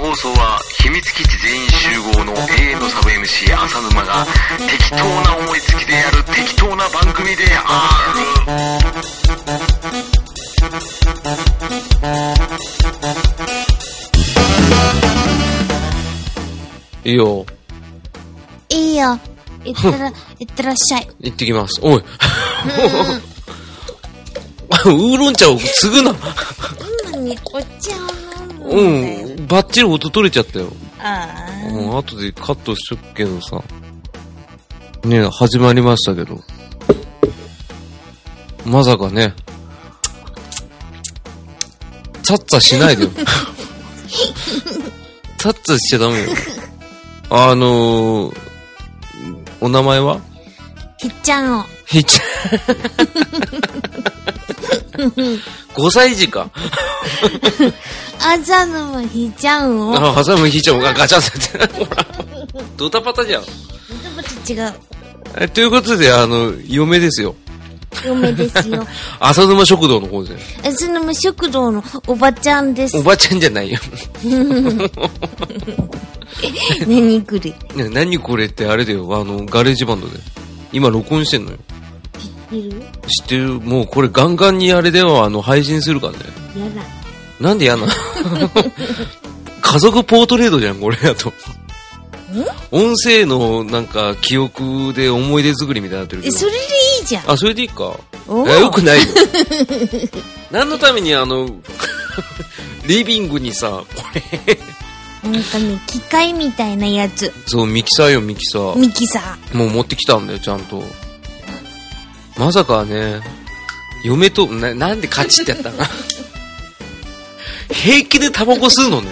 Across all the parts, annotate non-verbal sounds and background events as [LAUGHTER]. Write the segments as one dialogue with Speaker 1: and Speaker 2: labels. Speaker 1: 放送は秘密基地全員集合の永遠のサブ MC 浅沼が適当な思いつきでやる適当な番組である
Speaker 2: いいよ。
Speaker 3: いいよ。いって
Speaker 2: [LAUGHS]
Speaker 3: ら、いってらっしゃい。
Speaker 2: 行ってきます。おい。 [LAUGHS] ウーロン茶を継ぐな。
Speaker 3: 今にお茶を
Speaker 2: う
Speaker 3: 飲むんだよ。
Speaker 2: ん。バッチリ音取れちゃったよ。
Speaker 3: ああ。
Speaker 2: うん。後でカットしとくけどさ。ねえ始まりましたけど。まさかね。チャッチャしないでよ。チャッチャしちゃダメよ。あのー、お名前は
Speaker 3: ひっちゃんを。
Speaker 2: ひっちゃん。5歳児か。
Speaker 3: あざのもひっちゃんを。ちょっ
Speaker 2: あ、はさむひいちゃんもガチャンって。ほら。ドタパタじゃん。
Speaker 3: と違う。
Speaker 2: えということで、あの、嫁ですよ。
Speaker 3: 嫁です
Speaker 2: [LAUGHS]
Speaker 3: よ。
Speaker 2: 浅沼食堂の方で。
Speaker 3: えその食堂のおばちゃんです
Speaker 2: お。ばちゃんじゃないよ。
Speaker 3: 何くれ。
Speaker 2: ね何これってあれだよ。あの、ガレージバンドで。今録音してんのよ。
Speaker 3: いる
Speaker 2: 知ってるもうこれガンガンにあれでは、あの、配信するからね。
Speaker 3: やだ。
Speaker 2: なんで嫌なの家族ポートレートじゃん、これだと。音声のなんか記憶で思い出作りみたいになってるけ
Speaker 3: え、
Speaker 2: ど
Speaker 3: そ。れでいいじゃん。
Speaker 2: あ、それでいいか。
Speaker 3: お
Speaker 2: いやよく
Speaker 3: [LAUGHS]
Speaker 2: ないよ。何のためにあの、 [LAUGHS] リビングにさ、これ、
Speaker 3: なんかね、機械みたいなやつ。
Speaker 2: そう、ミキサーよ、ミキサー。
Speaker 3: ミキサー。
Speaker 2: もう持ってきたんだよ、ちゃんと。まさかね、嫁と、な、なんでカチってやったな。 [LAUGHS] 平気でタバコ吸うのね。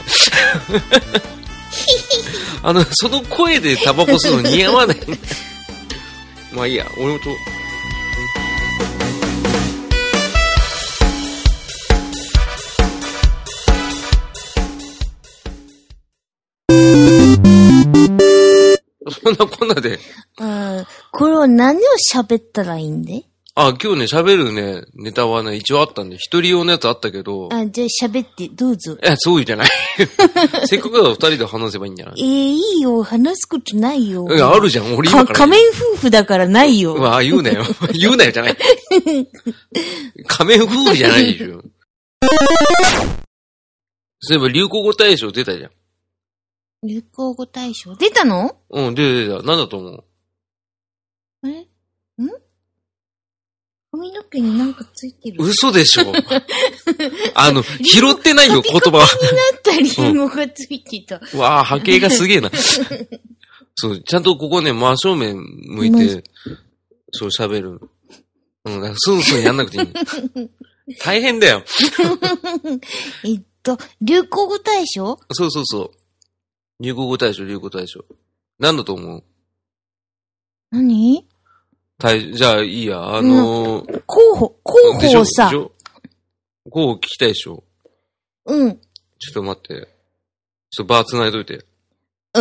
Speaker 2: [LAUGHS] あの、その声でタバコ吸うの似合わない。 [LAUGHS] まあいいや、俺もと。そんなこんなで。
Speaker 3: うん。これは何を喋ったらいいんで
Speaker 2: あ、今日ね、喋るね、ネタはね、一応あったんで、一人用のやつあったけど、
Speaker 3: あ、じゃあ喋って、どうぞ。
Speaker 2: え、そうじゃない。 [LAUGHS] せっかくだから二人で話せばいいんじゃな
Speaker 3: え
Speaker 2: い
Speaker 3: ー、いいよ。話すことないよ。
Speaker 2: いや、あるじゃん、俺今
Speaker 3: か
Speaker 2: から
Speaker 3: 仮
Speaker 2: 言う。
Speaker 3: 面夫婦だからないよ。
Speaker 2: うわ、言うなよ。 [LAUGHS] 言うなよじ
Speaker 3: [LAUGHS]
Speaker 2: ゃない。仮面夫婦じゃないでしょ。そういえば、流行語大賞出たじゃん。
Speaker 3: 流行語大賞。出たの
Speaker 2: うん、出た出た。なんだと思う
Speaker 3: えん髪の毛になんかついてる。
Speaker 2: 嘘でし
Speaker 3: [LAUGHS]
Speaker 2: ょ。あの、拾ってないよ、言葉は。
Speaker 3: あったりんごがついてた。
Speaker 2: わあ、波形がすげえな。そう、ちゃんとここね、真正面向いて、そう喋る。うん、だからスンスンやんなくていいの。大変だよ。
Speaker 3: えっと、流行語大賞
Speaker 2: そうそうそう。流行語大賞、流行語大賞。なんだと思う
Speaker 3: 何
Speaker 2: 大じゃあ、いいや、あのー、
Speaker 3: 候補、候
Speaker 2: でし
Speaker 3: 補
Speaker 2: ょ
Speaker 3: をさ
Speaker 2: でし、ょこう聞きたいでしょ
Speaker 3: うん。
Speaker 2: ちょっと待って。ちょっとバー繋いどいて。
Speaker 3: え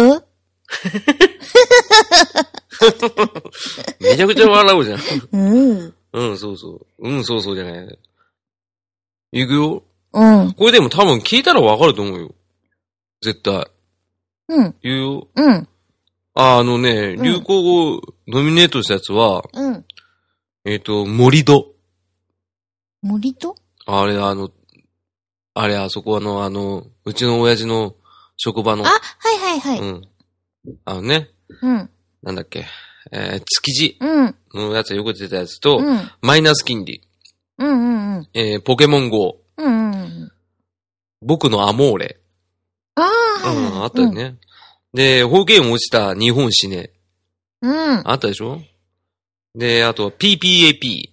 Speaker 2: めちゃくちゃ笑うじゃん。 [LAUGHS]
Speaker 3: うん。
Speaker 2: うん、そうそう。うん、そうそうじゃない。行くよ。
Speaker 3: うん。
Speaker 2: これでも多分聞いたらわかると思うよ。絶対。
Speaker 3: うん。
Speaker 2: 言うよ。
Speaker 3: うん。
Speaker 2: あ、あのね、
Speaker 3: うん
Speaker 2: 流行語ノミネートしたやつは、
Speaker 3: うん。
Speaker 2: えっ、と、森戸。
Speaker 3: 森と
Speaker 2: あれ、あの、あれ、あそこあの、あの、うちの親父の職場の
Speaker 3: あ、、はいはいは
Speaker 2: う
Speaker 3: い。
Speaker 2: ん。あのね、
Speaker 3: うん。
Speaker 2: なんだっけ、えー、築地
Speaker 3: うん。
Speaker 2: のやつがよく出てたやつと、
Speaker 3: うん。うん
Speaker 2: マイナス金利、
Speaker 3: うんうん。
Speaker 2: えー、ポケモン GO、
Speaker 3: うんうんうん。
Speaker 2: 僕のアモーレ、
Speaker 3: ああ、
Speaker 2: う
Speaker 3: はいはい。
Speaker 2: ん、あったよね。で、方言落ちた日本史ね、
Speaker 3: うん。
Speaker 2: あったでしょで、あと、PPAP。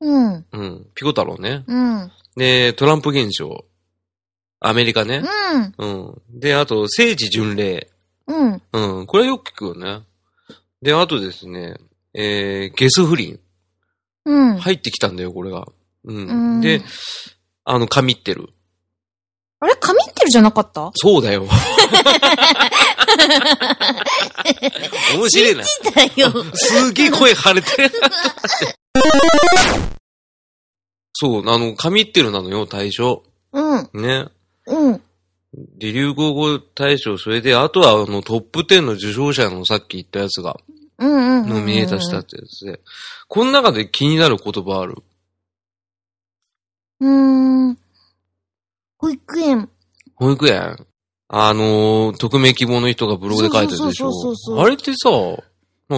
Speaker 3: うん。
Speaker 2: うん。ピコ太郎ね。
Speaker 3: うん。うん。
Speaker 2: で、トランプ現象。アメリカね。
Speaker 3: うん。
Speaker 2: うん。で、あと、聖地巡礼。
Speaker 3: うん。
Speaker 2: うん。これはよく聞くよね。で、あとですね、えー、ゲス不倫。
Speaker 3: うん。
Speaker 2: 入ってきたんだよ、これが。う。
Speaker 3: うんん
Speaker 2: で、あの、神ってる。
Speaker 3: あれ紙ってるじゃなか [LAUGHS] った
Speaker 2: そうだよ。面白いな。
Speaker 3: だよ。
Speaker 2: すげえ声腫れ
Speaker 3: [LAUGHS]
Speaker 2: てる。そう、あの、神ってるなのよ、対象。
Speaker 3: うん。
Speaker 2: ね。
Speaker 3: うん。
Speaker 2: で、流行語大賞、それで、あとはあのトップ10の受賞者のさっき言ったやつが、
Speaker 3: うんうんうんうん。
Speaker 2: ノミネートしたってやつで、この中で気になる言葉ある
Speaker 3: うーん。保育園。
Speaker 2: 保育園あのー、匿名希望の人がブログで書いてるでし
Speaker 3: そうそうそうそう
Speaker 2: ょ。
Speaker 3: そう
Speaker 2: あれってさ、も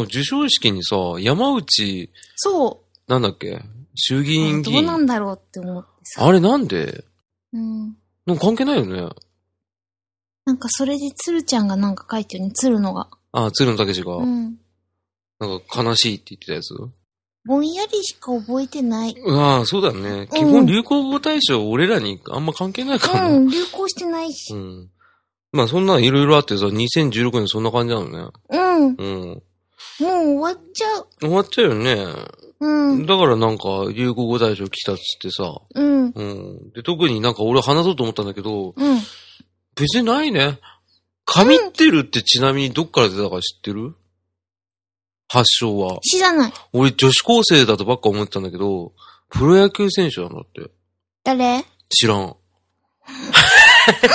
Speaker 2: う授賞式にさ、山内、
Speaker 3: そ
Speaker 2: なんだっけ衆議
Speaker 3: う。
Speaker 2: 院議
Speaker 3: どう
Speaker 2: 員。
Speaker 3: なんだろうって思ってさ。
Speaker 2: あれなんで
Speaker 3: うん。
Speaker 2: なんか関係ないよね。
Speaker 3: なんかそれで鶴ちゃんがなんか書いてるね、鶴のが。
Speaker 2: あ、鶴野武が、
Speaker 3: うん。
Speaker 2: なんか悲しいって言ってたやつ。
Speaker 3: ぼんやりしか覚えてない。
Speaker 2: ああ、そうだね。基
Speaker 3: う
Speaker 2: 本
Speaker 3: ん
Speaker 2: 流行語大賞、俺らにあんま関係ないから
Speaker 3: う
Speaker 2: ね。
Speaker 3: ん、流行してないし
Speaker 2: う。ん。まあそんなんいろいろあってさ、2016年そんな感じなのね。
Speaker 3: うん。も
Speaker 2: うん。
Speaker 3: う終わっちゃう。
Speaker 2: 終わっちゃうよね。
Speaker 3: うん。
Speaker 2: だからなんか、流行語大賞来たっつってさ。
Speaker 3: うん。
Speaker 2: うん。で、特になんか俺話そうと思ったんだけど、
Speaker 3: うん。
Speaker 2: 別にないね。神ってるってちなみにどっから出たか知ってる発祥は。
Speaker 3: 知らない。
Speaker 2: 俺女子高生だとばっか思ってたんだけど、プロ野球選手なんだって。
Speaker 3: 誰
Speaker 2: 知らん。
Speaker 3: う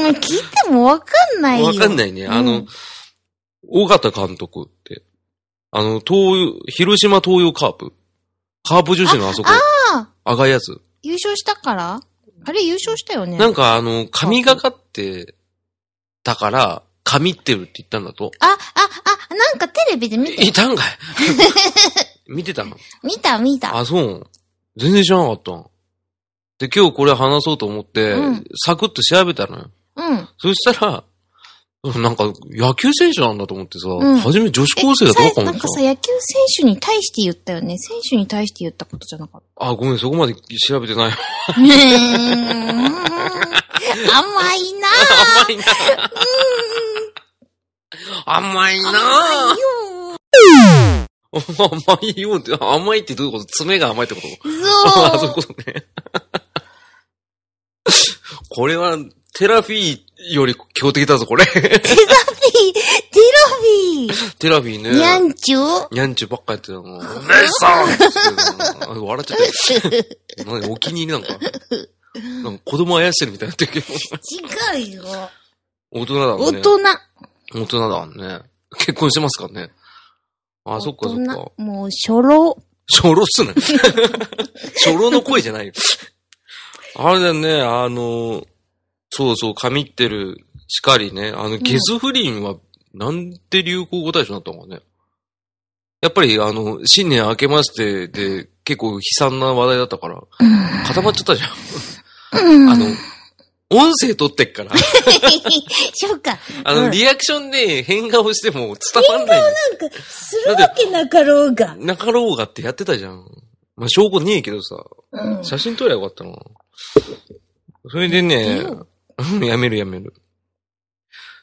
Speaker 3: んうん。聞いてもわかんないよ。
Speaker 2: わかん
Speaker 3: い。
Speaker 2: ないね。あの、
Speaker 3: うん
Speaker 2: 尾形監督って。あの、東洋、広島東洋カープ。カープ女子のあそこ。
Speaker 3: あ
Speaker 2: 赤いやつ。
Speaker 3: 優勝したからあれ優勝したよね。
Speaker 2: なんかあの、神がかってたから、神ってるって言ったんだと。
Speaker 3: あ、あ、あ、なんかテレビで見て、
Speaker 2: いたん
Speaker 3: [LAUGHS]
Speaker 2: かい見てたの
Speaker 3: 見た見た。
Speaker 2: あ、そう。全然知らなかったの。で、今日これ話そうと思って、
Speaker 3: うん
Speaker 2: サクッと調べたのよ。
Speaker 3: うん。
Speaker 2: そしたら、なんか野球選手なんだと思ってさ、
Speaker 3: うん
Speaker 2: 初め女子高生だと
Speaker 3: え
Speaker 2: わか
Speaker 3: さ
Speaker 2: ん
Speaker 3: な
Speaker 2: なんい
Speaker 3: かさ、野球選手に対して言ったよね。選手に対して言ったことじゃなかっ
Speaker 2: あ、ごめん、そこまで調べてない。 [LAUGHS]
Speaker 3: た。うーん甘いな
Speaker 2: 甘いな。甘いな。
Speaker 3: 甘いよ
Speaker 2: [LAUGHS] 甘いよって、甘いってどういうこと爪が甘いってこと [LAUGHS] あ、そういう
Speaker 3: そ
Speaker 2: ことね。 [LAUGHS] これは、テラフィーより強敵だぞ、これ。 [LAUGHS] テ
Speaker 3: う。ティテロフィー
Speaker 2: ラフィーね。
Speaker 3: にゃんちゅう
Speaker 2: にゃんちゅばっかやってたの。 [LAUGHS] レッサーって言ってたの笑っちゃって。 [LAUGHS] なんかお気に入りなんか。なんか子供あやしてるみたいになってるけど。 [LAUGHS]
Speaker 3: 違うよ。
Speaker 2: 大人だも
Speaker 3: 大
Speaker 2: んね。
Speaker 3: 人。
Speaker 2: 大人だもんね。結婚してますからね。あ、そっかそっ
Speaker 3: 大
Speaker 2: か
Speaker 3: 人。もう、初老。 [LAUGHS]
Speaker 2: [LAUGHS] 初老っすね。初老の声じゃないよ。あれだよね、あの、そうそう、神ってる、しかりね。あの、ゲス不倫は、なんて流行語大賞になったのかね。やっぱり、あの、新年明けましてで、結構悲惨な話題だったから、固まっちゃったじゃん。あの、音声取ってっから、
Speaker 3: そうか。
Speaker 2: あ
Speaker 3: う
Speaker 2: の、
Speaker 3: ん
Speaker 2: リアクションで変顔しても伝わんないの。
Speaker 3: なんか、するわけなかろうが。
Speaker 2: なかろうがってやってたじゃん。まあ、証拠ねえけどさ。
Speaker 3: うん。
Speaker 2: 写真撮りゃよかったな。それでね
Speaker 3: やめよ、
Speaker 2: うんやめるやめる。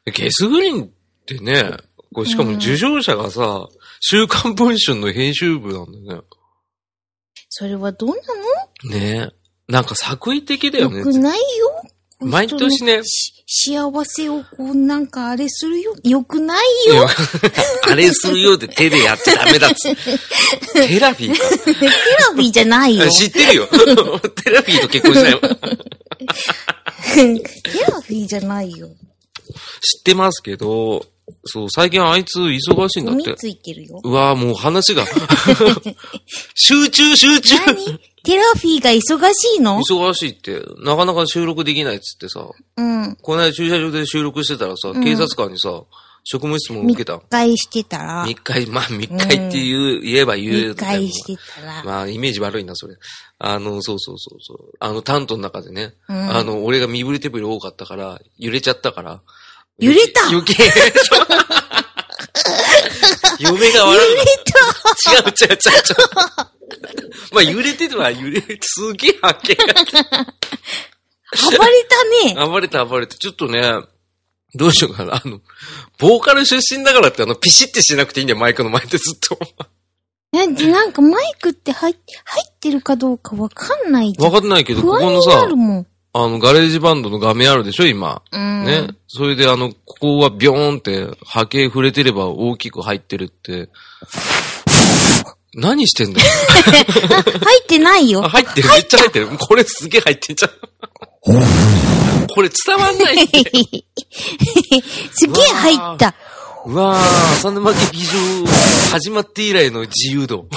Speaker 2: ゲスグリーンってね、これしかも受賞者がさ、週刊文春の編集部なんだよ
Speaker 3: それはどうな
Speaker 2: ね。ねえ。なんか作為的だよ
Speaker 3: の
Speaker 2: ね
Speaker 3: よ。くないよ。
Speaker 2: 毎年ね、
Speaker 3: し幸せをこう、なんかあれするよ。よくない
Speaker 2: いや [LAUGHS] あれするようで手でやっちゃダメだっつ。テラフィーか。
Speaker 3: よ。テラビーじゃないよ。
Speaker 2: 知ってるよ。 [LAUGHS] テラフィーと結婚したよ。
Speaker 3: テラビーじゃないよ。
Speaker 2: 知ってますけど、そう、最近あいつ忙しいんだ
Speaker 3: ゴ
Speaker 2: っ
Speaker 3: ミ
Speaker 2: て。
Speaker 3: ついてるよ。
Speaker 2: うわぁ、もう話が。集中、集中
Speaker 3: 何テラフィーが忙しいの
Speaker 2: 忙しいって、なかなか収録できないっつってさ、
Speaker 3: うん。
Speaker 2: この間駐車場で収録してたらさ、警察官にさ、職務質問受けた。
Speaker 3: 返してたら。
Speaker 2: 密会、まあ密会って言う、言えば言う。
Speaker 3: 見返してたら。
Speaker 2: まあ、イメージ悪いな、それ。あの、そうそうそうそう。あの、担当の中でね。
Speaker 3: ん
Speaker 2: あの、俺が身振り手振り多かったから、揺れちゃったから。
Speaker 3: 揺れた [LAUGHS]
Speaker 2: 余計。 [LAUGHS] 嫁が笑う。揺れた違う違う違う違う。まあ、揺れてるわ、揺れて、すげえ発見
Speaker 3: 暴れたね。
Speaker 2: が。暴れて暴れて、ちょっとね、どうしようかな。あの、ボーカル出身だからって、あの、ピシってしなくていいんだよ、マイクの前でずっと。
Speaker 3: なんでなんかマイクって入って、入ってるかどうかわかんないじゃん。
Speaker 2: わかんないけど、
Speaker 3: 不
Speaker 2: ここ
Speaker 3: 安
Speaker 2: の
Speaker 3: にな
Speaker 2: さ
Speaker 3: る、もん。
Speaker 2: あの、ガレージバンドの画面あるでしょ、今。
Speaker 3: うん。
Speaker 2: ね。それであの、ここはビョーンって波形触れてれば大きく入ってるって。何
Speaker 3: [LAUGHS]
Speaker 2: してんだよ。
Speaker 3: 入ってないよ。
Speaker 2: あ入ってる。めっちゃ入ってる。これすげえ入ってんじゃん。これ伝わんないって。
Speaker 3: すげえ入った。
Speaker 2: うわぁ、浅沼家美女、始まって以来の自由度。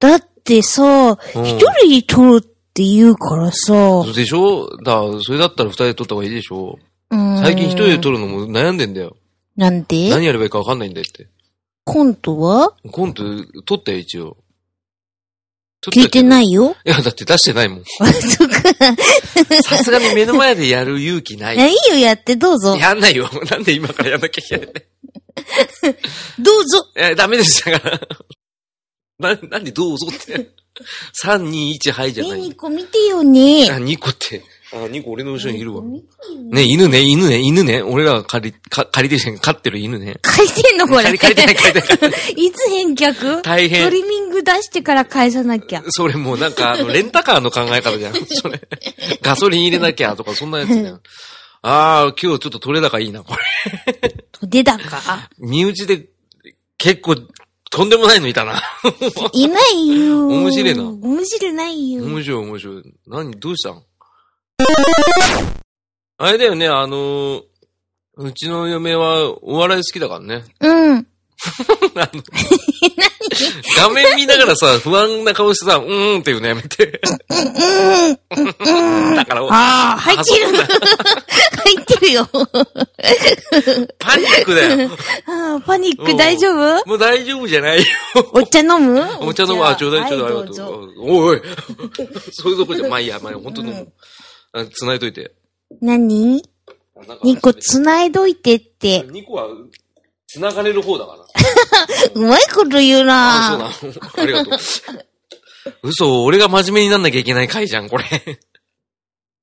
Speaker 3: だってさ、一人で撮るって言うからさ、
Speaker 2: でしょだ、それだったら二人で撮った方がいいでしょ
Speaker 3: うん
Speaker 2: 最近一人で撮るのも悩んでんだよ。
Speaker 3: なんで
Speaker 2: 何やればいいかわかんないんだよって。
Speaker 3: コントは
Speaker 2: コント撮ったよ、一応。
Speaker 3: 聞いて
Speaker 2: い。
Speaker 3: ないよ。
Speaker 2: いや、だって出してないもん。
Speaker 3: [LAUGHS] あ、そっか。
Speaker 2: [LAUGHS] さすがに目の前でやる勇気ないい。
Speaker 3: やいいよ、やって、どうぞ。
Speaker 2: やんないよ。 [LAUGHS] なんで今からやんなきゃいけ
Speaker 3: [LAUGHS]
Speaker 2: ない。
Speaker 3: どうぞ。
Speaker 2: え、ダメでしたから。 [LAUGHS] な、なんでどうぞって。3、2、1、はいじゃ
Speaker 3: え、
Speaker 2: ない
Speaker 3: ニ。コ見てよね。
Speaker 2: [LAUGHS] あ、2個って。あ、2個俺の後ろにいるわ。
Speaker 3: 見てよ
Speaker 2: ね、犬ね、犬ね、犬ね。俺らが借り、か借りてる人飼ってる犬ね。
Speaker 3: 書いてんのこ
Speaker 2: 借
Speaker 3: れ。
Speaker 2: り、借りてない、借りてない。[LAUGHS]
Speaker 3: [LAUGHS] いつ返却
Speaker 2: 大変
Speaker 3: トリミング出してから返さなきゃ。
Speaker 2: それもうなんか、あの、レンタカーの考え [LAUGHS] 方じゃん。それ。ガソリン入れなきゃとか、そんなやつじゃん。ああ、今日ちょっと取れ高いいな、これ。
Speaker 3: 出たか
Speaker 2: 身内で、結構、とんでもないのいたな。
Speaker 3: いないよ。
Speaker 2: 面白いな
Speaker 3: 面白いないよ。
Speaker 2: 面白い、面白い。何、どうしたんあれだよね、あのーうちの嫁はお笑い好きだからね。
Speaker 3: うん。
Speaker 2: あの画面見ながらさ、不安な顔してさ、うーんっていうのやめて。だから、
Speaker 3: ああ、入ってる。 [LAUGHS] 入ってるよ。
Speaker 2: パニックだよ。
Speaker 3: ああ、パニック大丈夫
Speaker 2: もう大丈夫じゃ
Speaker 3: [LAUGHS]
Speaker 2: ないよ。
Speaker 3: お茶飲む
Speaker 2: お茶の、あ、ちょうだいちょうだい、ありが
Speaker 3: はど
Speaker 2: と
Speaker 3: ぞ
Speaker 2: う。おいおい、そういうとこじゃ、まあいいや、まあいいや、本当にもう、あ繋いといて。
Speaker 3: 何
Speaker 2: あなんか
Speaker 3: ?2 個繋いどいてって。
Speaker 2: 二個は、繋がれる方だから。
Speaker 3: うまいこと言うな
Speaker 2: あ、そうなの。ありがとう。嘘、俺が真面目になんなきゃいけない回じゃん、これ。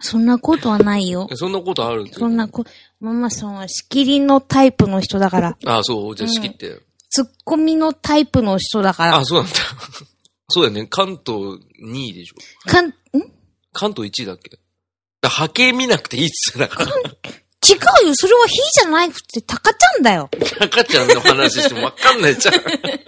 Speaker 3: そんなことはないよ。
Speaker 2: そんなことある
Speaker 3: そんなこ、ママさんは仕切りのタイプの人だから、
Speaker 2: あ、そう、じゃあ仕切って。
Speaker 3: ツッコミのタイプの人だから、
Speaker 2: あ、そうなんだ。 [LAUGHS] そうだよね。関東2位でしょ。
Speaker 3: かん、ん違
Speaker 2: 関東1位だっけだから波形見なくていいっつってたから。
Speaker 3: うよそれは火じゃなくて、タカちゃんだよ
Speaker 2: 赤ちゃんの話してもわかんないじゃん。
Speaker 3: [LAUGHS]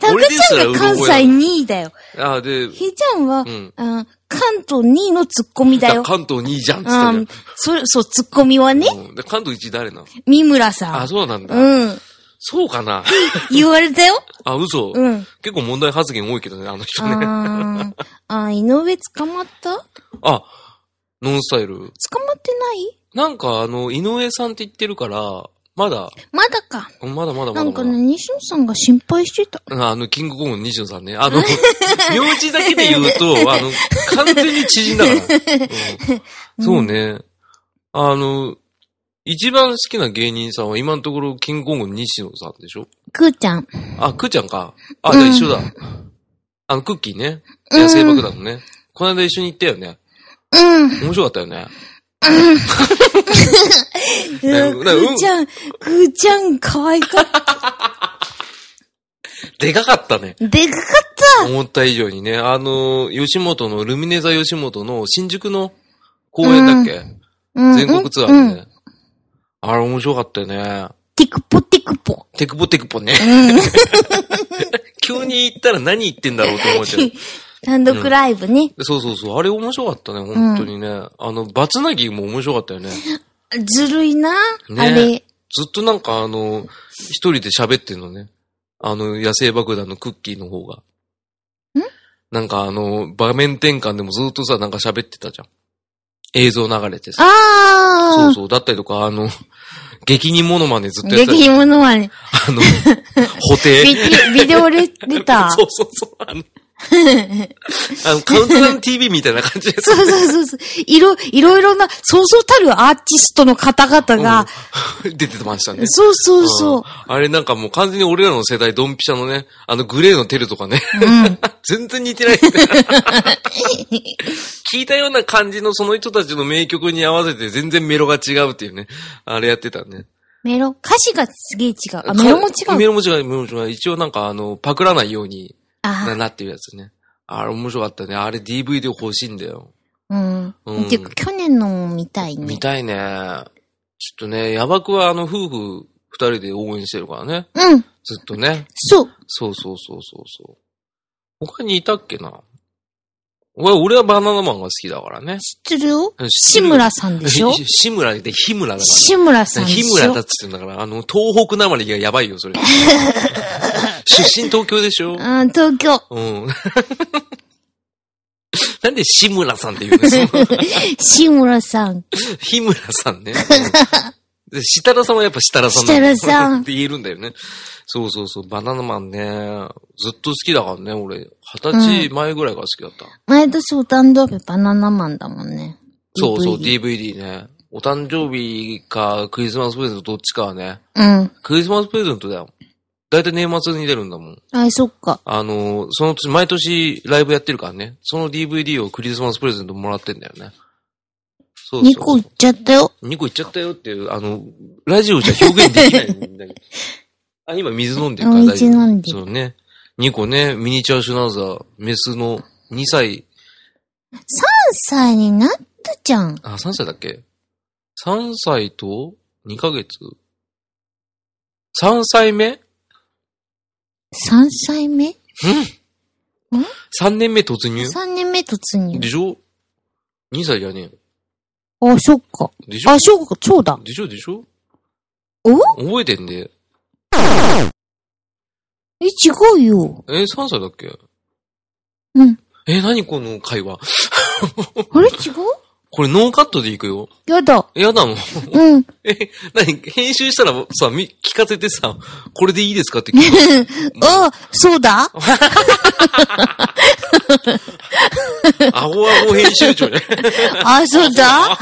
Speaker 3: タカ
Speaker 2: 俺です
Speaker 3: ち
Speaker 2: ら
Speaker 3: ゃんが
Speaker 2: う
Speaker 3: 関
Speaker 2: ろ覚
Speaker 3: 西
Speaker 2: え
Speaker 3: 2位だよ。
Speaker 2: あ、で、
Speaker 3: ひーちゃんは、
Speaker 2: ん
Speaker 3: あ関東2位のツッコミだよ。
Speaker 2: 関東2位じゃんっつった
Speaker 3: うん、そ、そう、ツッコミはね
Speaker 2: じゃ、ん。うんで関東1位誰なの
Speaker 3: 三村さ
Speaker 2: あ、
Speaker 3: ん。
Speaker 2: そうなんだ。
Speaker 3: うん。
Speaker 2: そうか
Speaker 3: [LAUGHS]
Speaker 2: な。
Speaker 3: 言われたよ。
Speaker 2: あ、嘘。
Speaker 3: うん
Speaker 2: 結構問題発言多いけどね、あの人ね。
Speaker 3: あーあー、井上捕まった捕
Speaker 2: あ、ノンスタイル。
Speaker 3: まってない
Speaker 2: なんかあの、井上さんって言ってるから、まだ、
Speaker 3: まだか。
Speaker 2: まだまだまだまだ。
Speaker 3: なんかね、西野さんが心配してた。
Speaker 2: あの、キングコングの西野さんね。あの、名字だけで言う
Speaker 3: [LAUGHS]
Speaker 2: と、あの、完全に知人だから。うんそうね。あの、一番好きな芸人さんは今のところキングコングの西野さんでしょ
Speaker 3: くーちゃん。
Speaker 2: あ、くーちゃんか。あ、じゃあ一緒だ。あの、クッキーね。野生爆弾のね。この間一緒に行ったよね。
Speaker 3: うん。
Speaker 2: 面白かったよね。
Speaker 3: うわくーちゃん、くーちゃん、可愛かった。
Speaker 2: でかかったね。 [LAUGHS]
Speaker 3: でかかっ
Speaker 2: 思った以上にね。あの、吉本の、ルミネ座吉本の新宿の公演だっけ、
Speaker 3: たうん
Speaker 2: 全国ツアー
Speaker 3: うん
Speaker 2: で
Speaker 3: うん
Speaker 2: ね。あれ面白かったよね。
Speaker 3: ティクポティク
Speaker 2: [LAUGHS]
Speaker 3: ポ。
Speaker 2: テクポテクポね。 [LAUGHS] 急に行ったら何言ってんだろうと思っ
Speaker 3: [LAUGHS]
Speaker 2: ちゃう。
Speaker 3: 単独ライブね。
Speaker 2: そうそうそう。あれ面白かったね、本当にね。あの、バツナギも面白かったよね。
Speaker 3: ずるいな、
Speaker 2: ね
Speaker 3: あれ。
Speaker 2: ずっとなんかあの、一人で喋ってんのね。あの、野生爆弾のクッキーの方が。なんかあの、場面転換でもずっとさ、なんか喋ってたじゃん。映像流れてさ。そ
Speaker 3: あ
Speaker 2: うそう。だったりとか、あの、激にモノマネずっ
Speaker 3: あ。
Speaker 2: とやってた
Speaker 3: 激
Speaker 2: じゃん。
Speaker 3: ものはね、
Speaker 2: あの、補定。
Speaker 3: ビデビデオレレター。
Speaker 2: [LAUGHS] そうそうそう。あ
Speaker 3: [LAUGHS]
Speaker 2: の、あのカウントダウン TV みたいな感じで
Speaker 3: そ
Speaker 2: さ
Speaker 3: うそうそうそう。いろ、いろいろな、そうそうたるアーティストの方々が、
Speaker 2: うん出てましたね。
Speaker 3: そうそうそう。
Speaker 2: うんあれなんかもう完全に俺らの世代ドンピシャのね、あのグレーのテルとかね。 [LAUGHS] 全然似てない。聞いたような感じのその人たちの名曲に合わせて全然メロが違うっていうね。あれやってたね。
Speaker 3: メロ、歌詞がすげえ違う。あ、メロも違
Speaker 2: メ
Speaker 3: う。
Speaker 2: ロも違う、メロも違う。一応なんかあの、パクらないようにな
Speaker 3: あ
Speaker 2: なってるやつね。あれ面白かったね。あれ DVD 欲しいんだよ。
Speaker 3: うん。
Speaker 2: うん
Speaker 3: てか、去年のも見たいね
Speaker 2: 見。たいね。ちょっとね、ヤバくはあの夫婦二人で応援してるからね。
Speaker 3: うん。
Speaker 2: ずっとね。
Speaker 3: そう。
Speaker 2: そうそうそうそうそう。他にいたっけな俺俺はバナナマンが好きだからね。
Speaker 3: 知ってるよ
Speaker 2: 知
Speaker 3: 志
Speaker 2: ってる
Speaker 3: 村さんでしょ
Speaker 2: [LAUGHS] 志村で日村だから。
Speaker 3: 志村さんで
Speaker 2: 日
Speaker 3: し
Speaker 2: 村
Speaker 3: ょ
Speaker 2: だっつってんだから、あの、東北なまりがやばいよ、それ。
Speaker 3: [LAUGHS]
Speaker 2: 出身東京でしょ
Speaker 3: うん、東
Speaker 2: [LAUGHS]
Speaker 3: 京。
Speaker 2: うん。なんで志村さんって言うんですか
Speaker 3: 志村さん。
Speaker 2: 日村さんね。うんで設楽さんはやっぱ設楽さんだ
Speaker 3: 設楽さ
Speaker 2: [LAUGHS]
Speaker 3: ん
Speaker 2: って言えるんだよね。そうそうそう、バナナマンね。ずっと好きだからね、俺。二十歳前ぐらいから好きだった。
Speaker 3: 毎年お誕生日バナナマンだもんね。
Speaker 2: そうそう、
Speaker 3: DVD
Speaker 2: DVD ね。お誕生日かクリスマスプレゼントどっちかはね。
Speaker 3: うん。
Speaker 2: クリスマスプレゼントだよ。だいたい年末に出るんだもん。
Speaker 3: あ、そっか。
Speaker 2: あの、その年、毎年ライブやってるからね。その DVD をクリスマスプレゼントもらってんだよね。そうそう。
Speaker 3: 2個いっちゃったよ。
Speaker 2: 2個いっちゃったよっていう、あの、ラジオじゃ表現できない
Speaker 3: [LAUGHS]
Speaker 2: んだけど。あ、今水飲んでるから
Speaker 3: あ水飲んでる
Speaker 2: そうね。2個ね、ミニチュアシュナウザー、メスの2歳、
Speaker 3: 3歳になったじゃん。
Speaker 2: あ、3歳だっけ ?3 歳と2ヶ月 ?3 歳目
Speaker 3: 3歳目
Speaker 2: ?3 年目突入
Speaker 3: ?3 年目突入
Speaker 2: で。しょ ?2 歳じゃねえよ。
Speaker 3: あ、そっか。
Speaker 2: でしょ
Speaker 3: あ、そっか、そうだ。
Speaker 2: でしょでしょ
Speaker 3: お
Speaker 2: 覚えてんで。
Speaker 3: え、違うよ。
Speaker 2: えー、3歳だっけ [LAUGHS]
Speaker 3: うん。
Speaker 2: えー、何この会話。
Speaker 3: あれ違う
Speaker 2: これノーカットでいくよ。
Speaker 3: やだ。
Speaker 2: やだもん。
Speaker 3: うん。
Speaker 2: え、何編集したらさ、み、聞かせてさ、これでいいですかって聞
Speaker 3: [LAUGHS]
Speaker 2: く。
Speaker 3: あ、そ
Speaker 2: [LAUGHS]
Speaker 3: うだ。
Speaker 2: アホアホ編集長ね。
Speaker 3: あ、そう
Speaker 2: [LAUGHS]
Speaker 3: だ。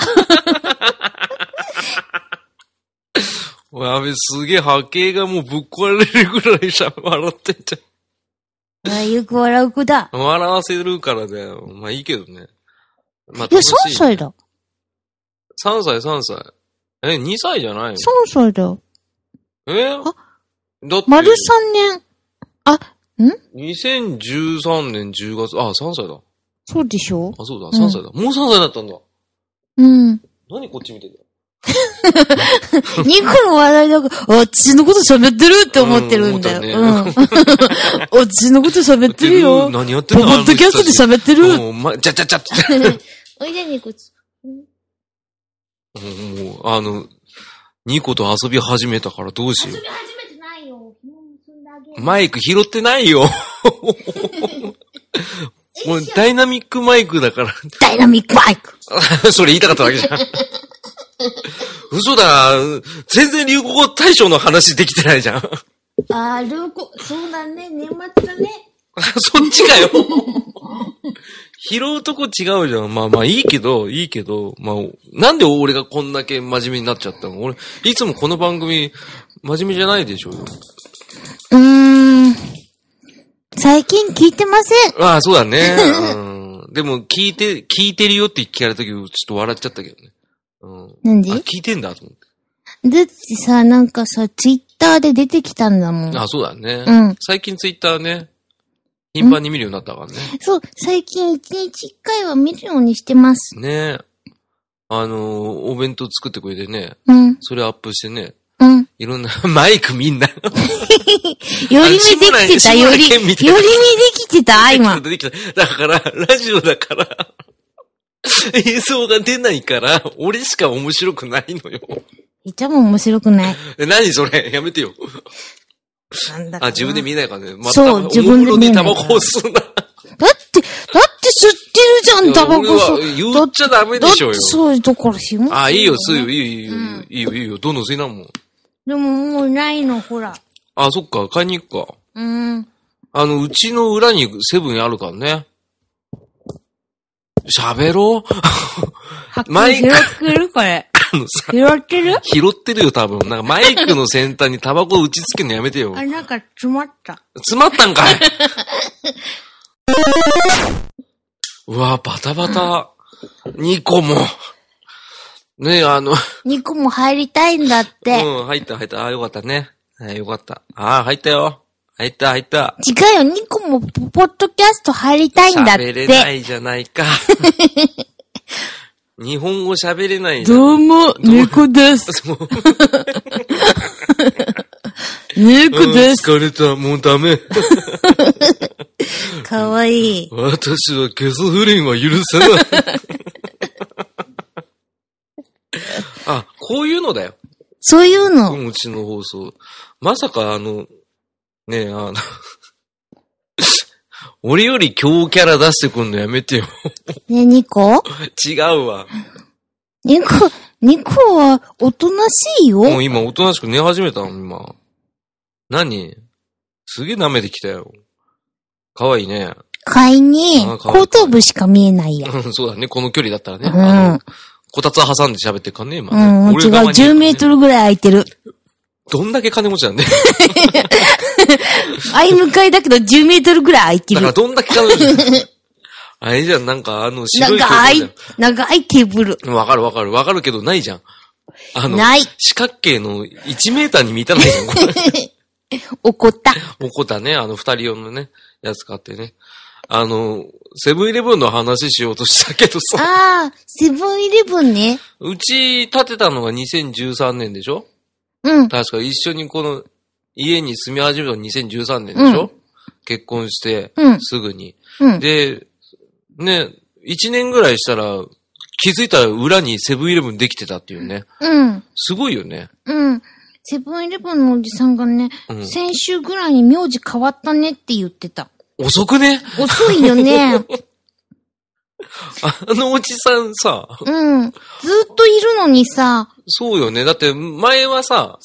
Speaker 2: やべ、すげえ波形がもうぶっ壊れるぐらいしゃ、笑ってんじ
Speaker 3: あよく笑う子だ。
Speaker 2: ゃん。笑わせるからだよ。まあいいけどね。まあ、
Speaker 3: いや、
Speaker 2: 楽
Speaker 3: 3
Speaker 2: しい
Speaker 3: 歳。だ。
Speaker 2: 3歳、3歳。え、2歳じゃないの
Speaker 3: 3歳だ。
Speaker 2: えーだって、
Speaker 3: 丸3年。あ、
Speaker 2: 2013年10月、あ、3歳だ。
Speaker 3: そうでしょ
Speaker 2: あ、そうだ、
Speaker 3: ん
Speaker 2: 3歳だ。もう3歳だったんだ。
Speaker 3: うん。
Speaker 2: 何こっち見てんだよ。
Speaker 3: ニ個の話題だから、あ、私のこと喋ってるって思ってるんだよ。
Speaker 2: うん思
Speaker 3: [LAUGHS] うん。私のこと喋ってるよ。
Speaker 2: 何やってん
Speaker 3: ポ
Speaker 2: だ
Speaker 3: ポッドキャストで喋ってる。
Speaker 2: もう、ま、ちゃちゃちゃって。
Speaker 3: [LAUGHS] おいでにこっち。
Speaker 2: もう、もうあの、ニコと遊び始めたからどうしよ
Speaker 3: 初めてないよ。紐結んであげ
Speaker 2: う。マイク拾ってない
Speaker 3: [LAUGHS]
Speaker 2: よ。もうダイナミックマイクだから。 [LAUGHS]
Speaker 3: ダイナミックバイク。
Speaker 2: それ言いたかっただけじ
Speaker 3: [LAUGHS]
Speaker 2: ゃん。嘘だ。全然流行語大賞の話できてないじゃん。そ
Speaker 3: あー、ルーコ、そうだね、年末だね。
Speaker 2: [LAUGHS] っちかよ。拾うとこ違うじゃん。まあまあいいけど、いいけど、まあ、なんで俺がこんだけ真面目になっちゃったの俺、いつもこの番組、真面目じゃないでしょ
Speaker 3: うーん。最近聞いてません。
Speaker 2: ああ、そうだ [LAUGHS] ね。うん。でも、聞いて、聞いてるよって聞かれた時、ちょっと笑っちゃったけどね。うん。
Speaker 3: なんで
Speaker 2: あ、聞いてんだと思って。
Speaker 3: だってさ、なんかさ、ツイッターで出てきたんだもん。
Speaker 2: ああ、そうだね。
Speaker 3: うん
Speaker 2: 最近ツイッターね、頻繁に見るようになったからね。
Speaker 3: そう、最近一日一回は見るようにしてます。
Speaker 2: ねあのーお弁当作ってくれてね、
Speaker 3: うん、
Speaker 2: それアップしてね、
Speaker 3: うん。
Speaker 2: いろんな、 [LAUGHS] マイクみんな。
Speaker 3: より見できてた、
Speaker 2: 志
Speaker 3: よ
Speaker 2: 村
Speaker 3: り。
Speaker 2: 志村
Speaker 3: より
Speaker 2: けん
Speaker 3: 見
Speaker 2: み
Speaker 3: で
Speaker 2: たいな
Speaker 3: きてた、今。
Speaker 2: 出てきた。だから、ラジオだから、映像が出ないから、俺しか面白くないのよ。
Speaker 3: いちゃも面白くない。
Speaker 2: え何それやめてよ。
Speaker 3: なんだかな
Speaker 2: あ、自分で見えないからね。ま
Speaker 3: そう
Speaker 2: た
Speaker 3: 自分で見えない
Speaker 2: おもむろにタバコを吸うな。
Speaker 3: だって、だって吸ってるじゃん、タバコ
Speaker 2: いや俺は
Speaker 3: 吸う。
Speaker 2: 言っちゃダメでしょうよ
Speaker 3: だってそういうところしも。
Speaker 2: あ、いいよ、吸うよ、
Speaker 3: う。
Speaker 2: いいよ、いいよ、いいよ、いいよ、どんどん吸いなもん。
Speaker 3: でももうないの、ほら。
Speaker 2: あ、そっか、買いに行くか。
Speaker 3: うん。
Speaker 2: あの、うちの裏にセブンあるからね。喋ろう [LAUGHS]
Speaker 3: 発
Speaker 2: マイク
Speaker 3: 拾ってるこれ。
Speaker 2: あのさ、
Speaker 3: 拾ってる
Speaker 2: 拾ってるよ、多分。なんかマイクの先端にタバコを打ち付けるのやめてよ。
Speaker 3: あ、なんか詰まった。
Speaker 2: 詰まったん
Speaker 3: [LAUGHS]
Speaker 2: かいうわ、バタバタ。2個も。ねえ、あの、
Speaker 3: 2個も入りたいんだって。
Speaker 2: うん、入った、入った。ああ、よかったね。はい、よかった。ああ、入ったよ。入った、入った。
Speaker 3: 違うよ、ニコもポポッドキャスト入りたいんだっ
Speaker 2: 喋れな
Speaker 3: て。
Speaker 2: いじゃない
Speaker 3: [LAUGHS]
Speaker 2: か。日本語喋れないじゃん。
Speaker 3: どうも、猫です。
Speaker 2: そう
Speaker 3: [LAUGHS] 猫 [LAUGHS]
Speaker 2: うん。疲れた、もうダメ。
Speaker 3: かわいい。
Speaker 2: 私はゲス不倫は許せ
Speaker 3: [LAUGHS]
Speaker 2: ない。あ、こういうのだよ。
Speaker 3: そういうの。
Speaker 2: うちの放送。まさかあの、ねえ、あの、 [LAUGHS] 俺より強キャラ出してくんのやめてよ。
Speaker 3: ね、ニコ
Speaker 2: 違うわ。
Speaker 3: ニコ、ニコはおとなしいよ。
Speaker 2: もう今おとなしく寝始めたの、今。何すげえ舐めてきたよ。かわいいね。 [LAUGHS]
Speaker 3: 買いに
Speaker 2: あ、可愛い
Speaker 3: 後頭部しか見えないよ。
Speaker 2: うんそうだね、この距離だったらね。
Speaker 3: うん
Speaker 2: あのこたつ挟んで喋ってっかね、今
Speaker 3: う
Speaker 2: ね。
Speaker 3: ん、う
Speaker 2: 俺
Speaker 3: ちが
Speaker 2: 側にいる
Speaker 3: 10メートルぐらい空いてる。
Speaker 2: どんだけ金持ちなんで。
Speaker 3: 相向かいだけど10メートルぐらい空いて
Speaker 2: だから
Speaker 3: る。
Speaker 2: どんだけ金持ちなん
Speaker 3: [LAUGHS]
Speaker 2: で。あれじゃん、なんかあの、白いとこ
Speaker 3: 長い、長いテーブル。
Speaker 2: だよわかるわかる、わかるけどないじゃん。あの、
Speaker 3: ない
Speaker 2: 四角形の1メーターに満たないじゃん、こ [LAUGHS] れ。
Speaker 3: 怒った。
Speaker 2: おこたね、あの二人用のね、やつ買ってね。あの、セブンイレブンの話しようとしたけどさ、
Speaker 3: ああ、セブンイレブンね。
Speaker 2: うち建てたのが2013年でしょ
Speaker 3: うん。
Speaker 2: 確か一緒にこの家に住み始めたの2013年でしょ、結婚して
Speaker 3: うん、
Speaker 2: すぐに。
Speaker 3: うん。
Speaker 2: で、ね、1年ぐらいしたら、気づいたら裏にセブンイレブンできてたっていうね。
Speaker 3: うん。
Speaker 2: すごいよね。
Speaker 3: うん。セブンイレブンのおじさんがね、
Speaker 2: うん
Speaker 3: 先週ぐらいに名字変わったねって言ってた。
Speaker 2: 遅くね
Speaker 3: 遅い
Speaker 2: [LAUGHS]
Speaker 3: よね。
Speaker 2: あのおじさんさ、
Speaker 3: うん。ずっといるのにさ、
Speaker 2: そうよね。だって前はさ、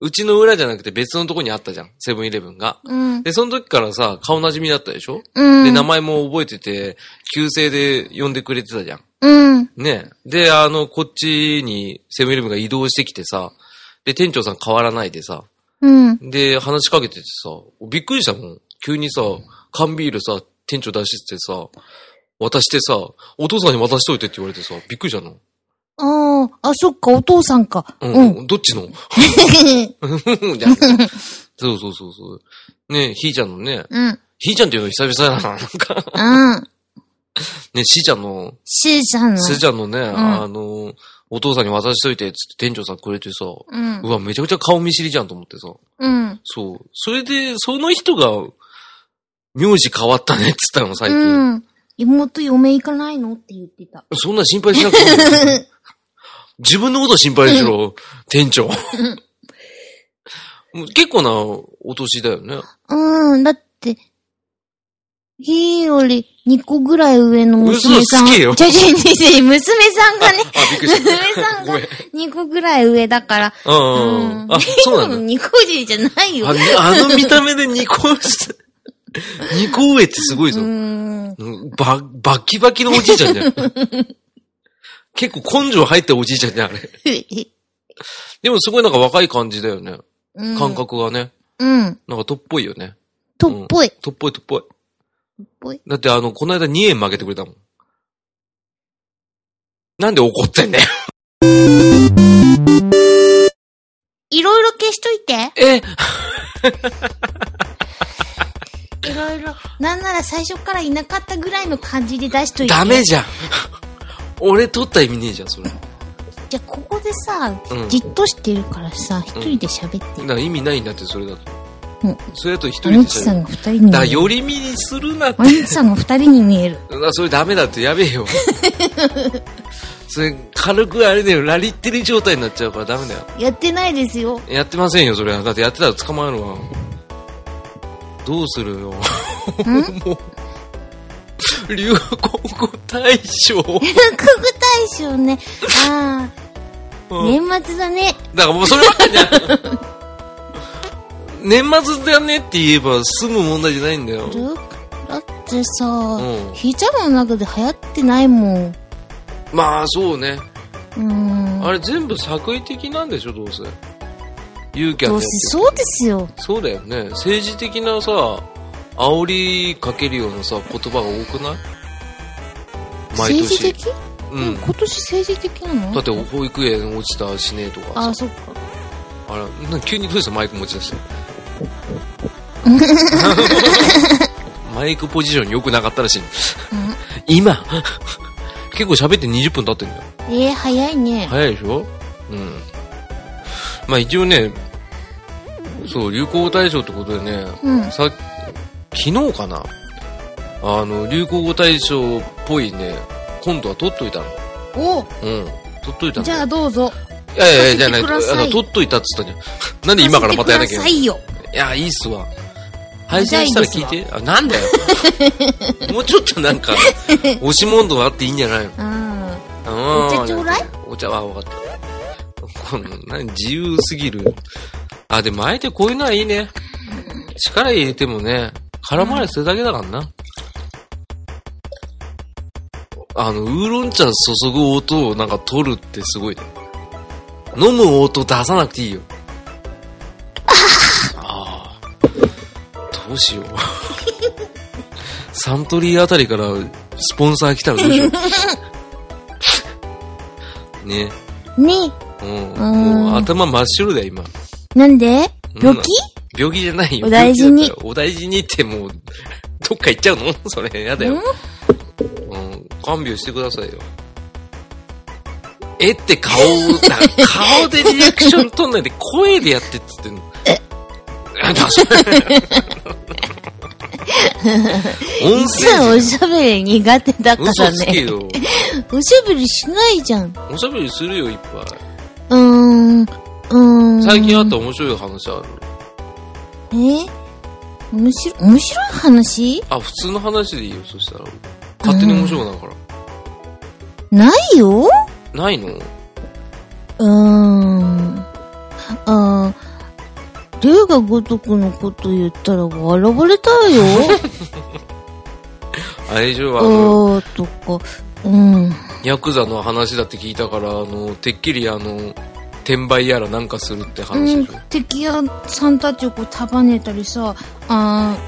Speaker 2: うちの裏じゃなくて別のとこにあったじゃん。セブンイレブンが。
Speaker 3: うん。
Speaker 2: で、その時からさ、顔馴染みだったでしょ、
Speaker 3: うん。
Speaker 2: で、名前も覚えてて、旧姓で呼んでくれてたじゃん。
Speaker 3: うん。
Speaker 2: ねで、あの、こっちにセブンイレブンが移動してきてさ、で、店長さん変わらないでさ、
Speaker 3: うん。
Speaker 2: で、話しかけててさ、びっくりしたもん。急にさ、缶ビールさ、店長出してってさ、渡してさ、お父さんに渡しといてって言われてさ、びっくりしたの。
Speaker 3: ああ、あ、そっか、お父さんか。
Speaker 2: う、
Speaker 3: うんん。
Speaker 2: どっち
Speaker 3: [LAUGHS]
Speaker 2: の [LAUGHS] じゃんそうそうそうそう。ねひーちゃんのね、
Speaker 3: うん。
Speaker 2: ひーちゃんっていうの久々だな、なんか。
Speaker 3: うん。
Speaker 2: ね、しーちゃんの、
Speaker 3: しーちゃんの。
Speaker 2: すーちゃんのね、あの、お父さんに渡しといて、つって店長さんくれてさ、
Speaker 3: うん
Speaker 2: う。わ、めちゃくちゃ顔見知りじゃんと思ってさ。
Speaker 3: うん。
Speaker 2: そう。それで、その人が、名字変わったねっつったの、最近。
Speaker 3: うん。妹嫁行かないのって言ってた。
Speaker 2: そんな心配しなくてい
Speaker 3: [LAUGHS]
Speaker 2: いよ自分のこと心配しろ、店
Speaker 3: [LAUGHS]
Speaker 2: 長。もう結構なお年だよね。
Speaker 3: うん。だって、ひーより2個ぐらい上の娘さん。
Speaker 2: 嘘つけよ
Speaker 3: ちょちょちょちょ娘さん
Speaker 2: [LAUGHS]
Speaker 3: が
Speaker 2: あ、
Speaker 3: ね、
Speaker 2: びっくりし
Speaker 3: 娘さ
Speaker 2: た。
Speaker 3: ん
Speaker 2: ご
Speaker 3: が
Speaker 2: めん。
Speaker 3: 2個ぐらい上だから。
Speaker 2: うんうん。あ、そうなんだ。
Speaker 3: 2個上じゃないよ。
Speaker 2: ああの見た目で二個下、二個上ってすごいぞ
Speaker 3: う。ん。
Speaker 2: バ、バキバキのおじいちゃんじゃん。結構根性入ったおじいちゃんじゃん、あれ。でもすごいなんか若い感じだよね。
Speaker 3: うん
Speaker 2: 感。覚がね。
Speaker 3: うん。
Speaker 2: なんかとっぽいよね。
Speaker 3: とっぽい。
Speaker 2: とっぽいとっぽい。
Speaker 3: ぽい
Speaker 2: だってあの、この間2円負けてくれたもん。なんで怒ってんだよ。
Speaker 3: いろいろ消しといて。
Speaker 2: え
Speaker 3: いろいろ。なんなら最初からいなかったぐらいの感じで出しといて。
Speaker 2: ダメじゃん。俺取った意味ねえじゃん、それ。
Speaker 3: じゃあ、ここでさ、
Speaker 2: うん
Speaker 3: じっとしてるからさ、一人で喋って。
Speaker 2: なんか意味ないんだって、それだと。
Speaker 3: うん
Speaker 2: それだと一人
Speaker 3: お
Speaker 2: で喋
Speaker 3: 兄
Speaker 2: る
Speaker 3: さんが二人に見
Speaker 2: だから
Speaker 3: える。
Speaker 2: 寄り身にするなって
Speaker 3: お。兄さんが二人に見える。
Speaker 2: あそれダメだってやべえ
Speaker 3: [LAUGHS]
Speaker 2: よ。それ軽くあれだよ、ラリってる状態になっちゃうからダメだよ。
Speaker 3: やってないですよ。
Speaker 2: やってませんよ、それは。だってやってたら捕まえるわ。どうするよ。もう、 [LAUGHS] 流行語大賞。
Speaker 3: 復刻大
Speaker 2: [LAUGHS]
Speaker 3: 賞ね。ああ、
Speaker 2: うん
Speaker 3: 年末だね。
Speaker 2: だからもうそればっかりじゃん。年末だね [LAUGHS] って言えば済む問題じゃないんだよ。
Speaker 3: だだってさ、
Speaker 2: ん
Speaker 3: ひーちゃんの中で流行ってないもん。う
Speaker 2: まあそうね。
Speaker 3: ーん。
Speaker 2: あれ全部作為的なんでしょ、どうせ。ユーキャンのや
Speaker 3: どう
Speaker 2: つ
Speaker 3: せそうですよ。
Speaker 2: そうだよね。政治的なさ、煽りかけるようなさ、言葉が多くない毎年。
Speaker 3: 政治的、
Speaker 2: う
Speaker 3: うん
Speaker 2: ん。
Speaker 3: 今年政治的なの
Speaker 2: だって、保育園落ちたしねえと
Speaker 3: あ
Speaker 2: か
Speaker 3: あ、
Speaker 2: さ。
Speaker 3: そっか。
Speaker 2: あら、な急にどうしたマイク持ち出
Speaker 3: [LAUGHS]
Speaker 2: して。マイクポジション良くなかったらしい。今 [LAUGHS] 結構喋って20分経ってんだよ。
Speaker 3: えー、早いね。
Speaker 2: 早いでしょうん。まあ一応ね、そう、流行語大賞ってことでね、
Speaker 3: うん。
Speaker 2: さ昨日かなあの、流行語大賞っぽいね、今度は取っといたの。
Speaker 3: お
Speaker 2: うん。取っといたの。
Speaker 3: じゃあどうぞ。
Speaker 2: いやいやいや、じゃない、
Speaker 3: 聞かせてください
Speaker 2: あの、取っといたっつったじゃん。なんで今からまたやなきゃいけない
Speaker 3: 聞かせてくださいよ。
Speaker 2: いや、いいっすわ。配信したら聞いて。あ、なんだよ。 [LAUGHS] もうちょっとなんか、押し問答あっていいんじゃないの
Speaker 3: うん。
Speaker 2: あー
Speaker 3: お茶ちょうだい
Speaker 2: お茶は分かった。この、な自由すぎる。あ、でもあえてこういうのはいいね。力入れてもね、空回りするだけだからな。あの、ウーロン茶注ぐ音をなんか取るってすごいね。飲む音出さなくていいよ。ああ。どう
Speaker 3: [LAUGHS]
Speaker 2: しよう。サントリーあたりからスポンサー来たらどうしよう。ね。
Speaker 3: ね
Speaker 2: うん。
Speaker 3: ん
Speaker 2: もう頭真っ白だよ、今。
Speaker 3: なんで
Speaker 2: うん
Speaker 3: 病気
Speaker 2: 病気じゃないよ。
Speaker 3: お大事に
Speaker 2: 病気だったらお大事にってもう、どっか行っちゃうの [LAUGHS] それ、やだよ。うん。看病してくださいよ。えって顔、
Speaker 3: [LAUGHS]
Speaker 2: だ顔でリアクション取んないで声でやってっつってんの。
Speaker 3: [LAUGHS]
Speaker 2: なんだそれ。音
Speaker 3: 実は
Speaker 2: 声
Speaker 3: お
Speaker 2: じ
Speaker 3: しゃべり苦手だ
Speaker 2: ゃん
Speaker 3: か
Speaker 2: 嘘
Speaker 3: ら
Speaker 2: つけ
Speaker 3: ね。
Speaker 2: よ。
Speaker 3: おしゃべりしないじゃん。う
Speaker 2: おしゃべりするよ、いっぱい。
Speaker 3: ーん。うーん。
Speaker 2: 最近あった面白い話ある。
Speaker 3: え面白い、面白い話
Speaker 2: あ、普通の話でいいよ、そしたら。勝手に面白くなるから。
Speaker 3: ないよ
Speaker 2: ないの
Speaker 3: うーん。あー、竜が如くのこと言ったら笑われた
Speaker 2: [LAUGHS]
Speaker 3: よ。
Speaker 2: あれ以上
Speaker 3: あ
Speaker 2: は、あの、
Speaker 3: ー、とか。うん。
Speaker 2: ヤクザの話だって聞いたから、あの、てっきりあの、転売やらなんかするって話
Speaker 3: う
Speaker 2: で
Speaker 3: ん
Speaker 2: しょ。、
Speaker 3: 敵屋さんたちをこう束ねたりさあ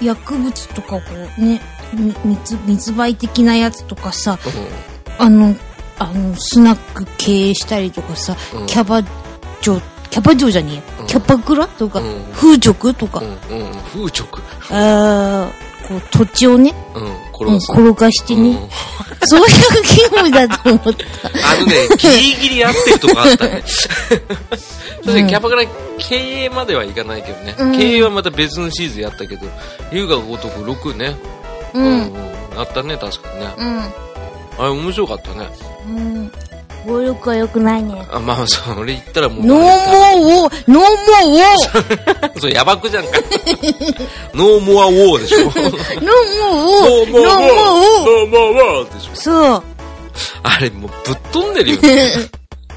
Speaker 3: ー薬物とかをこうねみ密密売的なやつとかさあのあのスナック経営したりとかさ、
Speaker 2: うん
Speaker 3: キャバ嬢キャバ嬢じゃねえや、
Speaker 2: うん
Speaker 3: キャバクラとか、
Speaker 2: うん
Speaker 3: 風俗とか、
Speaker 2: うん、うん、うん、風直。
Speaker 3: あーこう土地をね、
Speaker 2: うん、これ
Speaker 3: うん、
Speaker 2: はそう。
Speaker 3: 転がしてね、
Speaker 2: うん
Speaker 3: そういうゲームだと思った
Speaker 2: あの
Speaker 3: [LAUGHS]
Speaker 2: ね、ギリギリ合ってるとこあったね。そしてキャバクラ経営まではいかないけどね。
Speaker 3: うん
Speaker 2: 経営はまた別のシーズンやったけど、龍が如く6ね。[LAUGHS]
Speaker 3: う
Speaker 2: うんん、あったね、確かにね。
Speaker 3: う
Speaker 2: あれ面白かったね。
Speaker 3: んうん暴力は良くないね
Speaker 2: あ、まあ、それ言ったらもう。
Speaker 3: ノーモーウォーノーモーウォー
Speaker 2: それやばくじゃんか。 [LAUGHS] ノーモアウォーでしょ。ノ
Speaker 3: [LAUGHS]
Speaker 2: ー
Speaker 3: ノーモーウォーノーモーウォー
Speaker 2: ノーモアウォーでしょ。
Speaker 3: [LAUGHS] そう。
Speaker 2: あれもうぶっ飛んでるよ
Speaker 3: [LAUGHS]
Speaker 2: ね。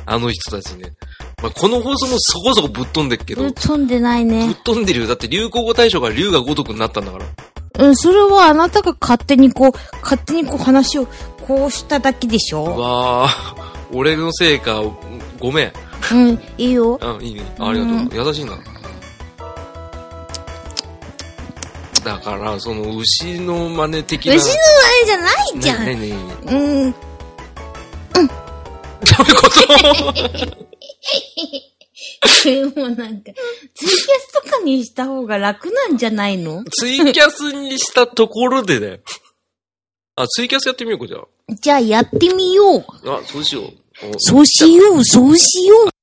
Speaker 2: あの人たちね。まあ、この放送もそこそこぶっ飛んでるけど。
Speaker 3: ぶっ
Speaker 2: ぶ
Speaker 3: 飛んでない
Speaker 2: っ
Speaker 3: ね。
Speaker 2: 飛んでるよ。だって流行語大賞が竜が如くになったんだから。
Speaker 3: うん、それはあなたが勝手にこう、勝手にこう話をこうしただけでし
Speaker 2: う
Speaker 3: ょ
Speaker 2: わあ、俺のせいか。ごめん。
Speaker 3: うん、いいよ。
Speaker 2: うん、いいね。ありがとう。優しいな。だから、その、牛の真似的
Speaker 3: 牛の
Speaker 2: な。
Speaker 3: あれじゃないじゃん。
Speaker 2: ねねねね
Speaker 3: うん、
Speaker 2: どういうこと
Speaker 3: それもなんか、ツイキャスとかにした方が楽なんじゃないの
Speaker 2: ツイキャスにしたところでだよ。あ、ツイキャスやってみようか、じゃ
Speaker 3: じゃあやってみよう。
Speaker 2: あ。あ、そうしよう。お
Speaker 3: そうしよう、そうしよう。